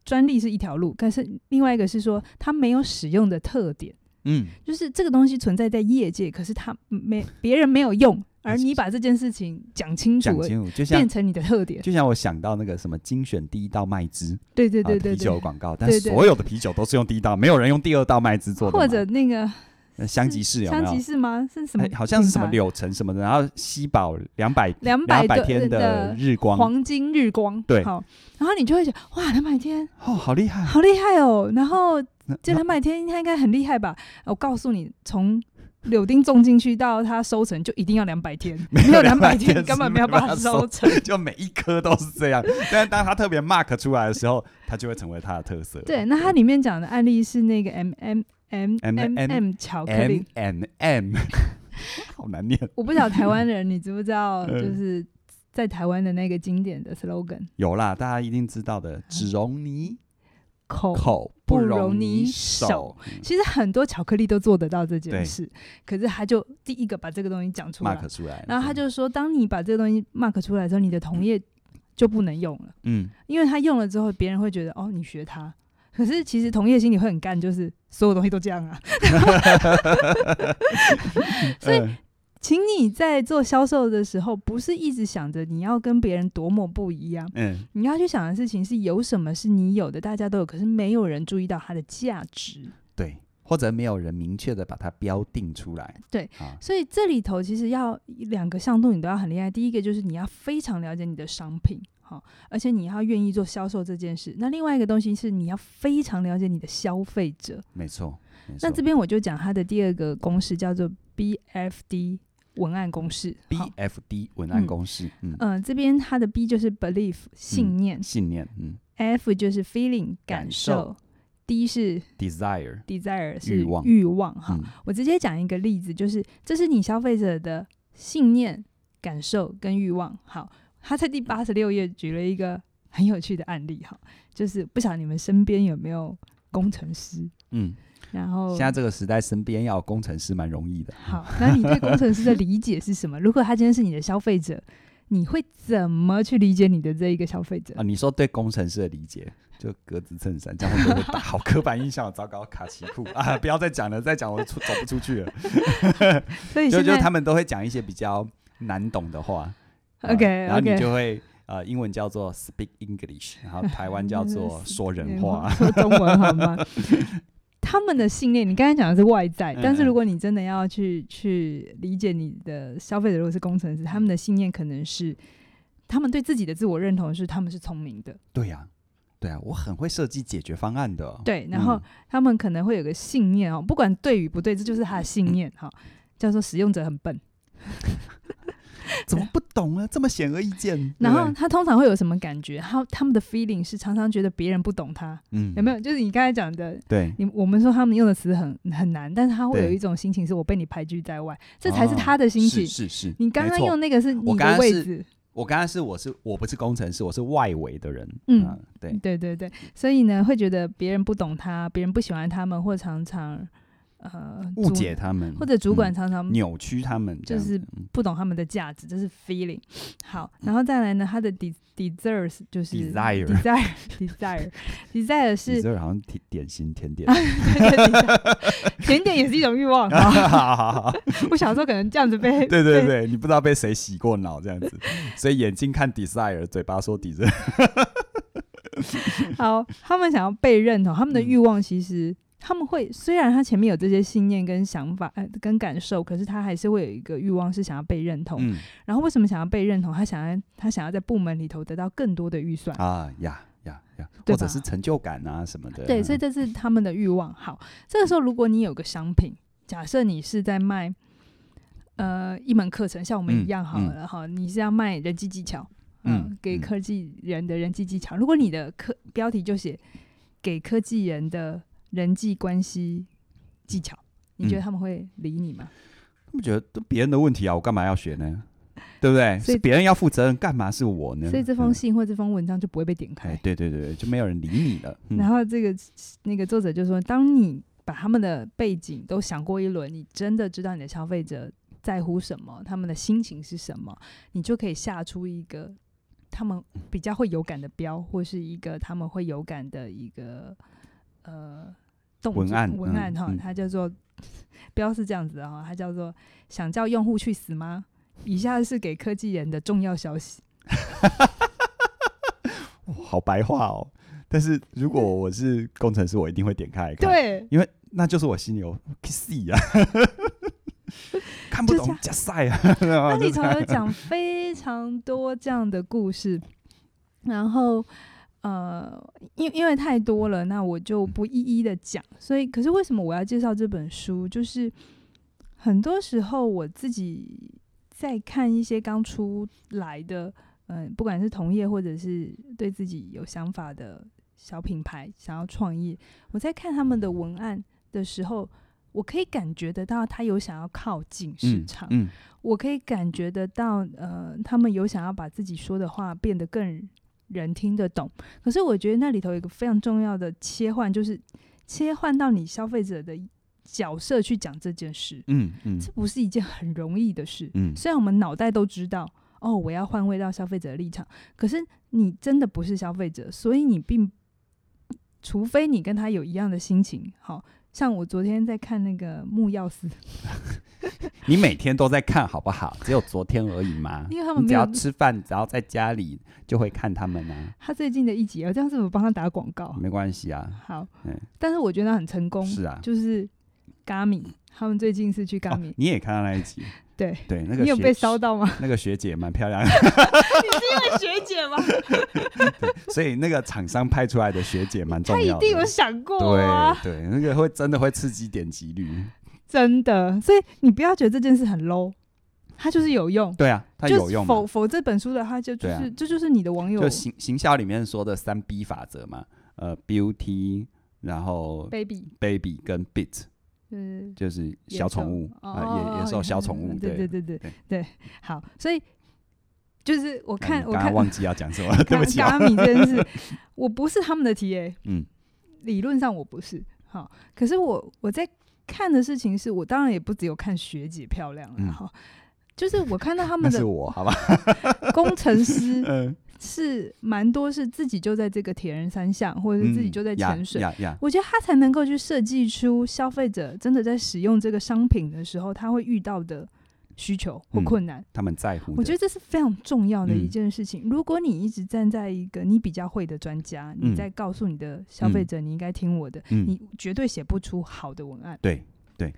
Speaker 2: 专利是一条路，但是另外一个是说它没有使用的特点，
Speaker 1: 嗯，
Speaker 2: 就是这个东西存在在业界，可是它没别人没 有用，而你把这件事情讲清楚
Speaker 1: 讲
Speaker 2: 了，
Speaker 1: 清楚，就像
Speaker 2: 变成你的特点。
Speaker 1: 就像我想到那个什么精选第一道麦汁
Speaker 2: 对对
Speaker 1: 啊
Speaker 2: 对对
Speaker 1: 啤酒
Speaker 2: 对，
Speaker 1: 广告，但
Speaker 2: 对对
Speaker 1: 所有的啤酒都是用第一道，没有人用第二道麦汁做的嘛，
Speaker 2: 或者那个
Speaker 1: 呃香吉士有没
Speaker 2: 香
Speaker 1: 有？
Speaker 2: 吉士吗？是什么
Speaker 1: 哎，
Speaker 2: 品牌？
Speaker 1: 好像是什么柳橙什么的，然后西宝两百
Speaker 2: 两
Speaker 1: 两
Speaker 2: 百
Speaker 1: 百天的
Speaker 2: 的
Speaker 1: 日光，哦，
Speaker 2: 黄金日光，
Speaker 1: 对
Speaker 2: 好，然后你就会想，哇，两百天
Speaker 1: 哦好厉害！
Speaker 2: 好厉害哦，然后
Speaker 1: 那
Speaker 2: 这两百天它应该很厉害吧？我告诉你，从柳丁种进去到它收成就一定要两百 天，没有两百
Speaker 1: 200
Speaker 2: 天
Speaker 1: 天
Speaker 2: 根本
Speaker 1: 是
Speaker 2: 没有
Speaker 1: 没办
Speaker 2: 办法
Speaker 1: 法
Speaker 2: 收
Speaker 1: 收
Speaker 2: 成。
Speaker 1: 那就每一颗都是这样，但是当他特别 mark 出来的时候，它就会成为它的特色。
Speaker 2: 对，那它里面讲的案例是那个 M M M M M 巧克
Speaker 1: ，M
Speaker 2: 力，
Speaker 1: M M，好难念。
Speaker 2: 我不晓得台湾人你知不知道，
Speaker 1: 嗯
Speaker 2: 就是在台湾的那个经典的 slogan
Speaker 1: 有啦，大家一定知道的，只容你
Speaker 2: 口。
Speaker 1: 口，
Speaker 2: 不
Speaker 1: 容
Speaker 2: 容你
Speaker 1: 手
Speaker 2: 手。其实很多巧克力都做得到这
Speaker 1: 对
Speaker 2: 件事，可是他就第一个把这个东西讲出来，
Speaker 1: mark 嗯出来，
Speaker 2: 然后他
Speaker 1: 就
Speaker 2: 就说，当你把这个东西 mark 出来之后，你的同业就不能用了，
Speaker 1: 嗯，
Speaker 2: 因为他用了之后，别人会觉得哦，你学他。可是其实同业心里会很干，就是所有东西都这样啊。 所以
Speaker 1: 嗯
Speaker 2: 请你在做销售的时候，不是一直想着你要跟别人多么不一样，
Speaker 1: 嗯，
Speaker 2: 你要去想的事情是有什么是你有的，大家都有，可是没有人注意到它的价值。
Speaker 1: 对，或者没有人明确的把它标定出来。
Speaker 2: 对
Speaker 1: 啊，
Speaker 2: 所以这里头其实要两个向度，你都要很厉害。第一个就是你要非常了解你的商品，好、哈，而且你要愿意做销售这件事。那另外一个东西是你要非常了解你的消费者。
Speaker 1: 没错，没错
Speaker 2: 那这边我就讲它的第二个公式叫做 BFD 文案公式。好
Speaker 1: BFD 文案
Speaker 2: 嗯
Speaker 1: 公式，嗯，
Speaker 2: 呃，这边它的 B 就是 belief 信念、
Speaker 1: 信念，嗯
Speaker 2: f 就是 feeling
Speaker 1: 感
Speaker 2: 感
Speaker 1: 受
Speaker 2: 受，D 是
Speaker 1: ，desire，
Speaker 2: desire 是
Speaker 1: 欲望
Speaker 2: 欲望哈。
Speaker 1: 嗯，
Speaker 2: 我直接讲一个例子，就是这是你消费者的信念、感受跟欲望。好，他在第八十六页举了一个很有趣的案例哈，就是不晓得你们身边有没有工程师，
Speaker 1: 嗯，
Speaker 2: 然后
Speaker 1: 现在这个时代，身边要有工程师蛮容易的。
Speaker 2: 好，那你对工程师的理解是什么？如果他今天是你的消费者，你会怎么去理解你的这一个消费者
Speaker 1: 啊，？你说对工程师的理解，就格子衬衫，这样会不会打好刻板印象？糟糕，卡其裤 啊！不要再讲了，再讲我出走不出去了。
Speaker 2: 所以
Speaker 1: 就
Speaker 2: 现
Speaker 1: 就
Speaker 2: 在
Speaker 1: 他们都会讲一些比较难懂的话。啊
Speaker 2: OK，
Speaker 1: 然后你
Speaker 2: OK
Speaker 1: 就会呃，英文叫做 speak English，然后台湾叫做
Speaker 2: 嗯
Speaker 1: 说人话。
Speaker 2: 说 中文好 吗？他们的信念，你刚才讲的是外在
Speaker 1: 嗯，
Speaker 2: 但是
Speaker 1: 嗯
Speaker 2: 如果你真的要去去理解你的消费者，如果是工程师，他们的信念可能是他们对自己的自我认同是他们是聪明的，
Speaker 1: 对呀、对呀、我很会设计解决方案的。嗯
Speaker 2: 对，然后他们可能会有个信念哦，不管对与不对，这就是他的信
Speaker 1: 嗯
Speaker 2: 念哈、叫做使用者很笨。
Speaker 1: 怎么不懂啊？这么显而易见。
Speaker 2: 然
Speaker 1: 对
Speaker 2: 后
Speaker 1: 不对
Speaker 2: 他通常会有什么感觉？他他们的 feeling 是常常觉得别人不懂他，
Speaker 1: 嗯
Speaker 2: 有没有？就是你刚才讲的，
Speaker 1: 对
Speaker 2: 你我们说他们用的词很很难，但是他会有
Speaker 1: 对哦
Speaker 2: 一种心情是我被你排拒在外，这才是他的心情。
Speaker 1: 是是是。
Speaker 2: 你刚
Speaker 1: 没
Speaker 2: 刚
Speaker 1: 错
Speaker 2: 用那个是
Speaker 1: 我刚
Speaker 2: 你的
Speaker 1: 刚
Speaker 2: 位
Speaker 1: 是
Speaker 2: 置，
Speaker 1: 我刚刚是我是我不是工程师，我是外围的人。
Speaker 2: 嗯
Speaker 1: 啊对，
Speaker 2: 对对对，所以呢，会觉得别人不懂他，别人不喜欢他们，或常常呃
Speaker 1: 误
Speaker 2: 主
Speaker 1: 解他们，
Speaker 2: 或者主管
Speaker 1: 嗯、
Speaker 2: 常常
Speaker 1: 扭曲他们这
Speaker 2: 就
Speaker 1: 样子，
Speaker 2: 是不懂他们的价值，这是 feeling。好，然后再来呢，他的 de deserves 就是
Speaker 1: 嗯 Desire
Speaker 2: desire desire desire 是
Speaker 1: 你这好像甜点心甜 点，
Speaker 2: 甜点也是一种欲望。好 我小时候可能这样子被
Speaker 1: 对对
Speaker 2: 被
Speaker 1: 对，你不知道被谁洗过脑这样子，所以眼睛看 desire，嘴巴说 desire，
Speaker 2: 好，他们想要被认同，他们的
Speaker 1: 嗯
Speaker 2: 欲望其实、他们会，虽然他前面有这些信念跟想法、呃、跟感受，可是他还是会有一个欲望是想要被认同。
Speaker 1: 嗯
Speaker 2: 然后为什么想要被认同？他想要他想要在部门里头得到更多的预算。
Speaker 1: 啊呀呀呀，
Speaker 2: 对
Speaker 1: 或
Speaker 2: 吧
Speaker 1: 者是成就感啊什么的，
Speaker 2: 对，所以
Speaker 1: 嗯
Speaker 2: 这是他们的欲望。好，这个时候如果你有个商品，假设你是在卖呃一门课程，像我们
Speaker 1: 嗯
Speaker 2: 一样好
Speaker 1: 嗯
Speaker 2: 了哈、你是要卖人际技巧，
Speaker 1: 嗯
Speaker 2: 嗯，给
Speaker 1: 嗯
Speaker 2: 科技人的人际技巧。如果你的科标题就写给科技人的人际关系技巧，你觉得
Speaker 1: 嗯
Speaker 2: 他们会理你吗？
Speaker 1: 他们觉得都别人的问题啊，我干嘛要学呢？对不对？
Speaker 2: 所以
Speaker 1: 是别人要负责任，干嘛是我呢？
Speaker 2: 所以这封
Speaker 1: 嗯
Speaker 2: 信或这封文章就不会被点开。
Speaker 1: 哎，对对对，就没有人理你 了。嗯
Speaker 2: 然后这个那个作者就说，当你把他们的背景都想过一轮，你真的知道你的消费者在乎什么，他们的心情是什么，你就可以下出一个他们比较会有感的标，或是一个他们会有感的一个呃动作
Speaker 1: 文案
Speaker 2: 文案
Speaker 1: 嗯
Speaker 2: 哈，
Speaker 1: 嗯
Speaker 2: 它叫做 标是这样子的哈，它叫做想叫用户去死吗？以下是给科技人的重要消息。
Speaker 1: 好白话哦。但是如果我是工程师，我一定会点开来看，，
Speaker 2: 对，
Speaker 1: 因为那就是我心里有 kiss 啊， 看不
Speaker 2: 就
Speaker 1: 懂
Speaker 2: 像
Speaker 1: 加塞啊，
Speaker 2: 那里头有讲非常多这样的故事，然后呃，因因为太多了，那我就不一一的讲。所以，可是为什么我要介绍这本书？就是很多时候我自己在看一些刚出来的，嗯、不管是同业或者是对自己有想法的小品牌想要创业，我在看他们的文案的时候。我可以感觉得到，他有想要靠近市场，
Speaker 1: 嗯，
Speaker 2: 我可以感觉得到，呃，他们有想要把自己说的话变得更人听得懂。可是我觉得那里头有一个非常重要的切换，就是切换到你消费者的角色去讲这件事，
Speaker 1: 嗯嗯
Speaker 2: 这不是一件很容易的事。
Speaker 1: 嗯
Speaker 2: 虽然我们脑袋都知道，哦，我要换位到消费者的立场，可是你真的不是消费者，所以你并，除非你跟他有一样的心情，好。像我昨天在看那个木曜司，
Speaker 1: 你每天都在看好不好？只有昨天而已嘛。
Speaker 2: 因为他们
Speaker 1: 你只
Speaker 2: 没有
Speaker 1: 要吃饭，只要在家里就会看他们啊，
Speaker 2: 他最近的一集，我这样是不是帮他打广告？
Speaker 1: 没关系啊。
Speaker 2: 好
Speaker 1: 嗯，
Speaker 2: 但是我觉得他很成功，
Speaker 1: 是啊，
Speaker 2: 就是 Gami，他们最近是去
Speaker 1: 哦
Speaker 2: Gami，、
Speaker 1: 你也看到那一集，
Speaker 2: 对，
Speaker 1: 对，那个
Speaker 2: 你有
Speaker 1: 学
Speaker 2: 被烧到吗？
Speaker 1: 那个学姐蛮漂亮的，
Speaker 2: 你是因为学姐吗？
Speaker 1: 所以那个厂商派出来的学姐蛮重
Speaker 2: 他一
Speaker 1: 要的。
Speaker 2: 定有想过啊
Speaker 1: 对，对，那个会真的会刺激点击率。
Speaker 2: 真的。所以你不要觉得这件事很 low，它就是有用，
Speaker 1: 对啊，它
Speaker 2: 就
Speaker 1: 有用嘛
Speaker 2: 否否这本书的话就就
Speaker 1: 对啊
Speaker 2: 是这就是你的网友
Speaker 1: 就行行销里面说的三 B 法则嘛，呃，beauty，然后
Speaker 2: baby，
Speaker 1: baby 跟 bit，
Speaker 2: 嗯。
Speaker 1: 就是小宠物
Speaker 2: 哦
Speaker 1: 啊，野野兽小宠物，
Speaker 2: 对对
Speaker 1: 对。
Speaker 2: 对对
Speaker 1: 对
Speaker 2: 对，好，所以就是我
Speaker 1: 那
Speaker 2: 看
Speaker 1: 你
Speaker 2: 我
Speaker 1: 嗯刚
Speaker 2: 看
Speaker 1: 刚 忘记要讲什么了，对不起啊。
Speaker 2: 嘎米真 是，我不是他们的 TA，
Speaker 1: 嗯，
Speaker 2: 理论上我不是，好，可是我我在看的事情是我当然也不只有看学姐漂亮
Speaker 1: 嗯
Speaker 2: 了哈、就是我看到他
Speaker 1: 那
Speaker 2: 们
Speaker 1: 是
Speaker 2: 的
Speaker 1: 我，好吧？
Speaker 2: 工程师
Speaker 1: 嗯，
Speaker 2: 是蛮多是自己就在这个铁人三项，或者是自己就在
Speaker 1: 嗯呀
Speaker 2: 潜水。
Speaker 1: 呀呀，
Speaker 2: 我觉得他才能够去设计出消费者真的在使用这个商品的时候，他会遇到的需求或
Speaker 1: 嗯
Speaker 2: 困难。
Speaker 1: 他们在乎的。
Speaker 2: 我觉得这是非常重要的
Speaker 1: 嗯
Speaker 2: 一件事情。如果你一直站在一个你比较会的专家，
Speaker 1: 嗯
Speaker 2: 你在告诉你的消费者你应该听我的，
Speaker 1: 嗯
Speaker 2: 你绝对写不出好的文案。
Speaker 1: 对对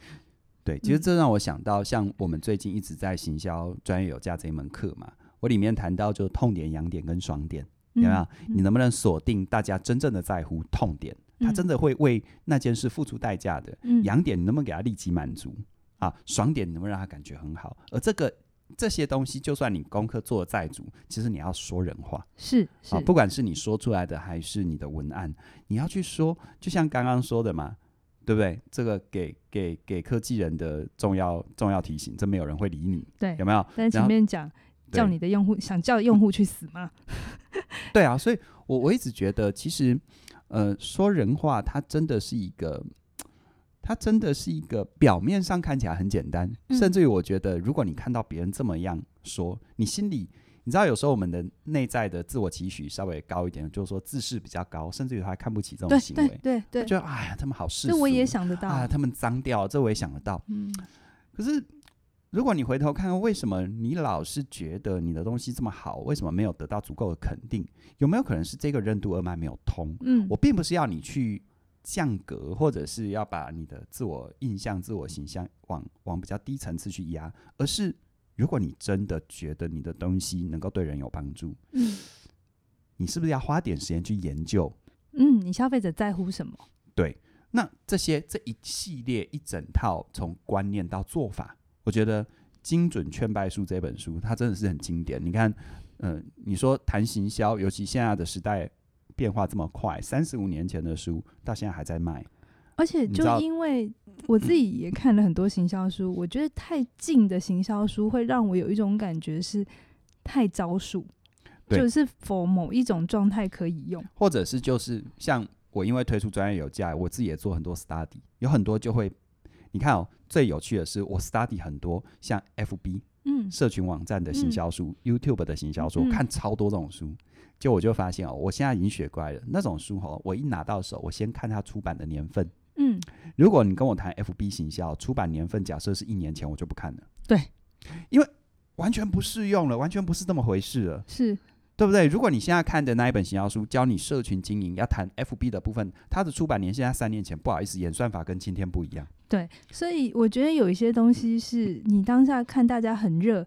Speaker 1: 对，其实
Speaker 2: 嗯
Speaker 1: 这让我想到，像我们最近一直在行销专业有价这一门课嘛，我里面谈到就痛点、痒点跟爽点，有
Speaker 2: 嗯
Speaker 1: 没有？你能不能锁定大家真正的在乎痛点？他真
Speaker 2: 的
Speaker 1: 的会为那件事付出代价的。
Speaker 2: 嗯
Speaker 1: 痒点你能不能给他立即满足啊？爽点你能不能让他感觉很好？而这个这些东西，就算你功课做的再足，其实你要说人话。
Speaker 2: 是是、
Speaker 1: 啊，不管是你说出来的还是你的文案，你要去说，就像刚刚说的嘛，对不对？这个给给给科技人的重要重要提醒，这没有人会理你，
Speaker 2: 对
Speaker 1: 有。没有？
Speaker 2: 但是
Speaker 1: 然
Speaker 2: 前
Speaker 1: 后
Speaker 2: 面讲
Speaker 1: 对嗯
Speaker 2: 叫你的用户想叫用户去死吗？
Speaker 1: 对啊，所以我我一直觉得，其实呃，说人话，它真的是一个。它真的是一个表面上看起来很简单，
Speaker 2: 嗯
Speaker 1: 甚至于我觉得，如果你看到别人这么样说，你心里你知道，有时候我们的内在的自我期许稍微高一点，就是说自视比较高，甚至于他还看不起这种
Speaker 2: 对
Speaker 1: 行为。
Speaker 2: 对对对，
Speaker 1: 就哎呀，他们好世
Speaker 2: 这我也
Speaker 1: 俗
Speaker 2: 想得到。
Speaker 1: 啊，他们脏掉，这我也想得到。
Speaker 2: 嗯，
Speaker 1: 可是如果你回头看看，为什么你老是觉得你的东西这么好，为什么没有得到足够的肯定？有没有可能是这个任督二脉没有通？
Speaker 2: 嗯
Speaker 1: 我并不是要你去降格，或者是要把你的自我印象、自我形象往往比较低层次去压，而是如果你真的觉得你的东西能够对人有帮助，
Speaker 2: 嗯
Speaker 1: 你是不是要花点时间去研究？
Speaker 2: 嗯，你消费者在乎什么？
Speaker 1: 那这些这一系列一整套从观念到做法，我觉得《精准劝败术》这本书它真的是很经典。你看，嗯、你说谈行销，尤其现在的时代变化这么快，三十五年前的书到现在还在卖，
Speaker 2: 而且
Speaker 1: 你知道
Speaker 2: 就因为我自己也看了很多行销书，我觉得太近的行销书会让我有一种感觉是太招数，
Speaker 1: 对
Speaker 2: 就是否某一种状态可以用。
Speaker 1: 或者是就是像我因为推出专业有价，我自己也做很多 study，有很多就会，你看哦，最有趣的是我 study 很多像 FB
Speaker 2: 嗯
Speaker 1: 社群网站的行销书、YouTube 的行销书，
Speaker 2: 嗯
Speaker 1: 我看超多这种书。就我就发现哦，我现在已经学乖了。那种书哦，我一拿到手，我先看它出版的年份。
Speaker 2: 嗯，
Speaker 1: 如果你跟我谈 FB 行销，出版年份假设是一年前，我就不看了。
Speaker 2: 对，
Speaker 1: 因为完全不适用了，完全不是这么回事了，
Speaker 2: 是
Speaker 1: 对不对？如果你现在看的那一本行销书，教你社群经营要谈 FB 的部分，它的出版年限在三年前，不好意思，演算法跟今天不一样。
Speaker 2: 对，所以我觉得有一些东西是你当下看大家很热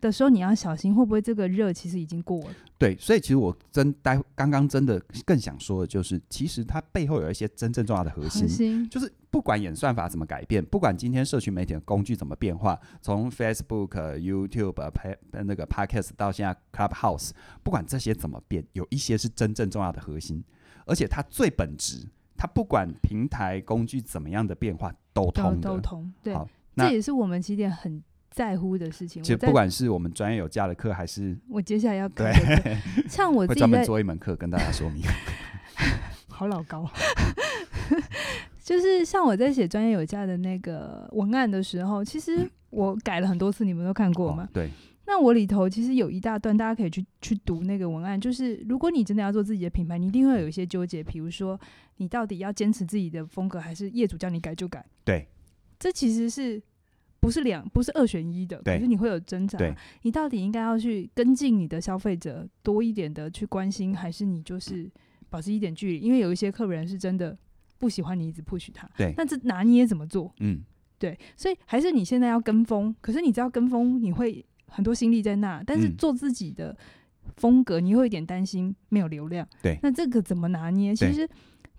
Speaker 2: 的时候，你要小心会不会这个热其实已经过了。
Speaker 1: 对，所以其实我真待刚刚真的更想说的就是，其实它背后有一些真正重要的核心，
Speaker 2: 核心
Speaker 1: 就是不管演算法怎么改变，不管今天社群媒体的工具怎么变化，从 Facebook、呃 YouTube、呃 Pa- 呃那个 Podcast 到现在 Clubhouse，不管这些怎么变，有一些是真正重要的核心，而且它最本质，它不管平台工具怎么样的变化都
Speaker 2: 都
Speaker 1: 通的。
Speaker 2: 都通，对
Speaker 1: 好，那
Speaker 2: 这也是我们起点很在乎的事情。
Speaker 1: 其实
Speaker 2: 我在
Speaker 1: 不管是我们专业有价的课，还是
Speaker 2: 我接下来要
Speaker 1: 对
Speaker 2: 看的 课，像我
Speaker 1: 会
Speaker 2: 自
Speaker 1: 专
Speaker 2: 己
Speaker 1: 门
Speaker 2: 在
Speaker 1: 做一门课跟大家说 明。
Speaker 2: 好老高。 就是像我在写专业有价的那个文案的时候，其实我改了很多次，你们都看过吗
Speaker 1: 哦？对，
Speaker 2: 那我里头其实有一大段，大家可以去去读那个文案。就是如果你真的要做自己的品牌，你一定会有一些纠结，比如说你到底要坚持自己的风格，还是业主叫你改就改？
Speaker 1: 对，
Speaker 2: 这其实是不是两不是二选一的？
Speaker 1: 对
Speaker 2: 可是你会有挣扎
Speaker 1: 对。
Speaker 2: 你到底应该要去跟进你的消费者多一点的去关心，还是你就是保持一点距离？因为有一些客人是真的不喜欢你一直 push 他。
Speaker 1: 对
Speaker 2: 那这拿捏怎么做？
Speaker 1: 嗯，
Speaker 2: 对，所以还是你现在要跟风，可是你只要跟风，你会很多心力在那，但是
Speaker 1: 嗯
Speaker 2: 做自己的风格，你会有点担心没有流量。
Speaker 1: 对
Speaker 2: 那这个怎么拿捏？其
Speaker 1: 对
Speaker 2: 实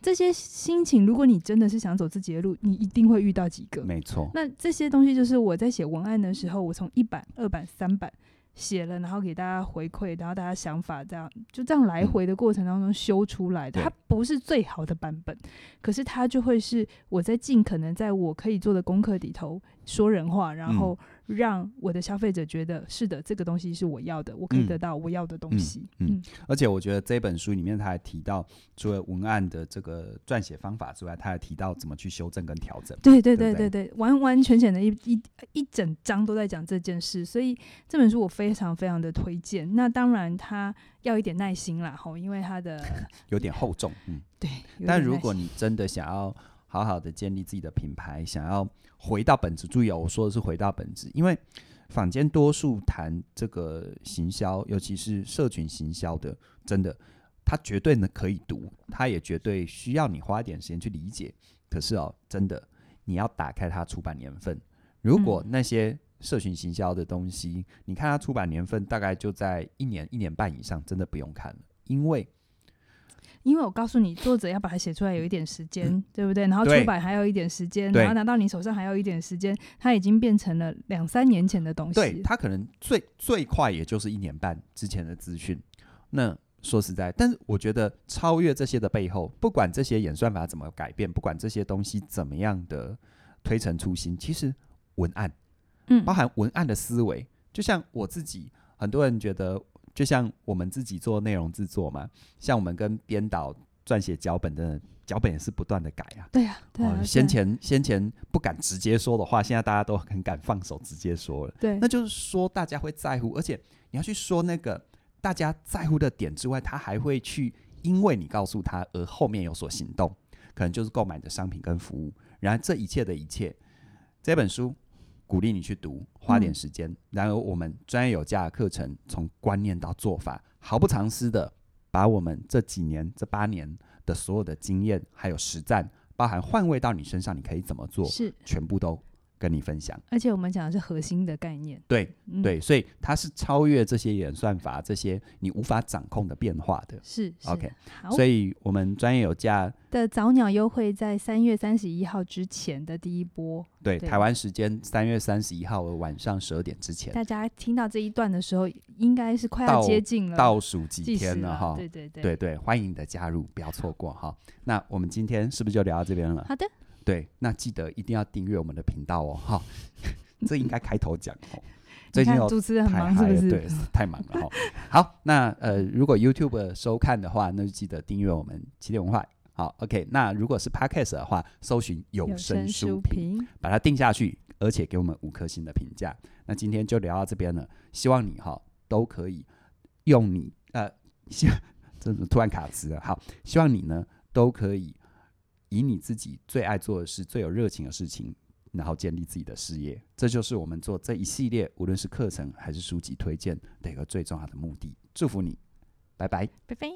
Speaker 2: 这些心情，如果你真的是想走自己的路，你一定会遇到几个。
Speaker 1: 没错，
Speaker 2: 那这些东西就是我在写文案的时候，我从一版、二版、三版写了，然后给大家回馈，然后大家想法这样，就这样来回的过程当中修出来的。
Speaker 1: 对
Speaker 2: 它不是最好的版本，可是它就会是我在尽可能在我可以做的功课里头说人话，然后
Speaker 1: 嗯
Speaker 2: 让我的消费者觉得是的，这个东西是我要的，我可以
Speaker 1: 嗯
Speaker 2: 得到我要的东西。
Speaker 1: 嗯而且我觉得这本书里面他还提到，除了文案的这个撰写方法之外，他还提到怎么去修正跟调整。
Speaker 2: 对对
Speaker 1: 对
Speaker 2: 对
Speaker 1: 不
Speaker 2: 对对，完完全全的一一一整章都在讲这件事，所以这本书我非常非常的推荐。那当然，它要一点耐心啦，吼，因为 它的
Speaker 1: 有点厚重，嗯。
Speaker 2: 对，有
Speaker 1: 但
Speaker 2: 点
Speaker 1: 如
Speaker 2: 耐
Speaker 1: 果
Speaker 2: 心
Speaker 1: 你真的想要好好的建立自己的品牌，想要回到本质，注意哦，我说的是回到本质，因为坊间多数谈这个行销，尤其是社群行销的，真的，它绝对呢可以读，它也绝对需要你花一点时间去理解。可是哦，真的，你要打开它出版年份，如果
Speaker 2: 嗯
Speaker 1: 那些。社群行销的东西，你看它出版年份大概就在一年、一年半以上，真的不用看了，因为
Speaker 2: 因为我告诉你，作者要把它写出来有一点时间，对不对？然后
Speaker 1: 嗯对
Speaker 2: 出版还有一点时间，
Speaker 1: 对
Speaker 2: 然后拿到你手上还有一点时间，它已经变成了两三年前的东西
Speaker 1: 对
Speaker 2: 了。
Speaker 1: 他可能最最快也就是一年半之前的资讯。那说实在，但是我觉得超越这些的背后，不管这些演算法怎么改变，不管这些东西怎么样的推陈出新，其实文案
Speaker 2: 嗯
Speaker 1: 包含文案的思维，就像我自己，很多人觉得，就像我们自己做内容制作嘛，像我们跟编导撰写脚本的脚本也是不断的改啊。
Speaker 2: 对呀、对啊、
Speaker 1: 哦
Speaker 2: 对啊，
Speaker 1: 先前先前不敢直接说的话，现在大家都很敢放手直接说了。
Speaker 2: 对
Speaker 1: 那就是说大家会在乎，而且你要去说那个大家在乎的点之外，他还会去因为你告诉他而后面有所行动，可能就是购买的商品跟服务。然而这一切的一切，这本书鼓励你去读，花点
Speaker 2: 嗯
Speaker 1: 时间。然而我们专业有价的课程，从观念到做法，毫不藏私的把我们这几年、这八年的所有的经验，还有实战，包含换位到你身上，你可以怎么做，
Speaker 2: 是，
Speaker 1: 全部都跟你分享。
Speaker 2: 而且我们讲的是核心的概念。
Speaker 1: 对
Speaker 2: 嗯、
Speaker 1: 对，所以它是超越这些演算法、这些你无法掌控的变化的。
Speaker 2: 是是
Speaker 1: OK，
Speaker 2: 好
Speaker 1: 所以我们专业有价，
Speaker 2: 的早鸟优惠在三月三十一号之前的第一波，
Speaker 1: 对
Speaker 2: 对
Speaker 1: 台湾时间三月三十一号的晚上十二点之前，
Speaker 2: 大家听到这一段的时候，应该是快
Speaker 1: 到
Speaker 2: 要接近了，
Speaker 1: 倒数几
Speaker 2: 计时
Speaker 1: 天了哈。
Speaker 2: 对对对
Speaker 1: 对对，欢迎你的加入，不要错过哈。那我们今天是不是就聊到这边 了？
Speaker 2: 好的，
Speaker 1: 对，那记得一定要订阅我们的频道哦哈。 这应该开头讲哦。最近
Speaker 2: 你
Speaker 1: 有
Speaker 2: 看主持人很
Speaker 1: 太
Speaker 2: 忙，
Speaker 1: 嗨
Speaker 2: 是不
Speaker 1: 了对，
Speaker 2: 是？
Speaker 1: 太忙了哈。 好，那呃，如果 YouTube 收看的话，那就记得订阅我们起点文化。好，OK。那如果是 Podcast 的话，搜寻有
Speaker 2: 有
Speaker 1: 声
Speaker 2: 声
Speaker 1: 书
Speaker 2: 书
Speaker 1: 评，
Speaker 2: 评，
Speaker 1: 把它定下去，而且给我们五颗星的评价。那今天就聊到这边了，希望你哈都可以用你呃，希这怎么突然卡词了？好，希望你呢都可以以你自己最爱做的事、最有热情的事情，然后建立自己的事业。这就是我们做这一系列，无论是课程还是书籍推荐的一个最重要的目的。祝福你，拜拜。
Speaker 2: 拜拜。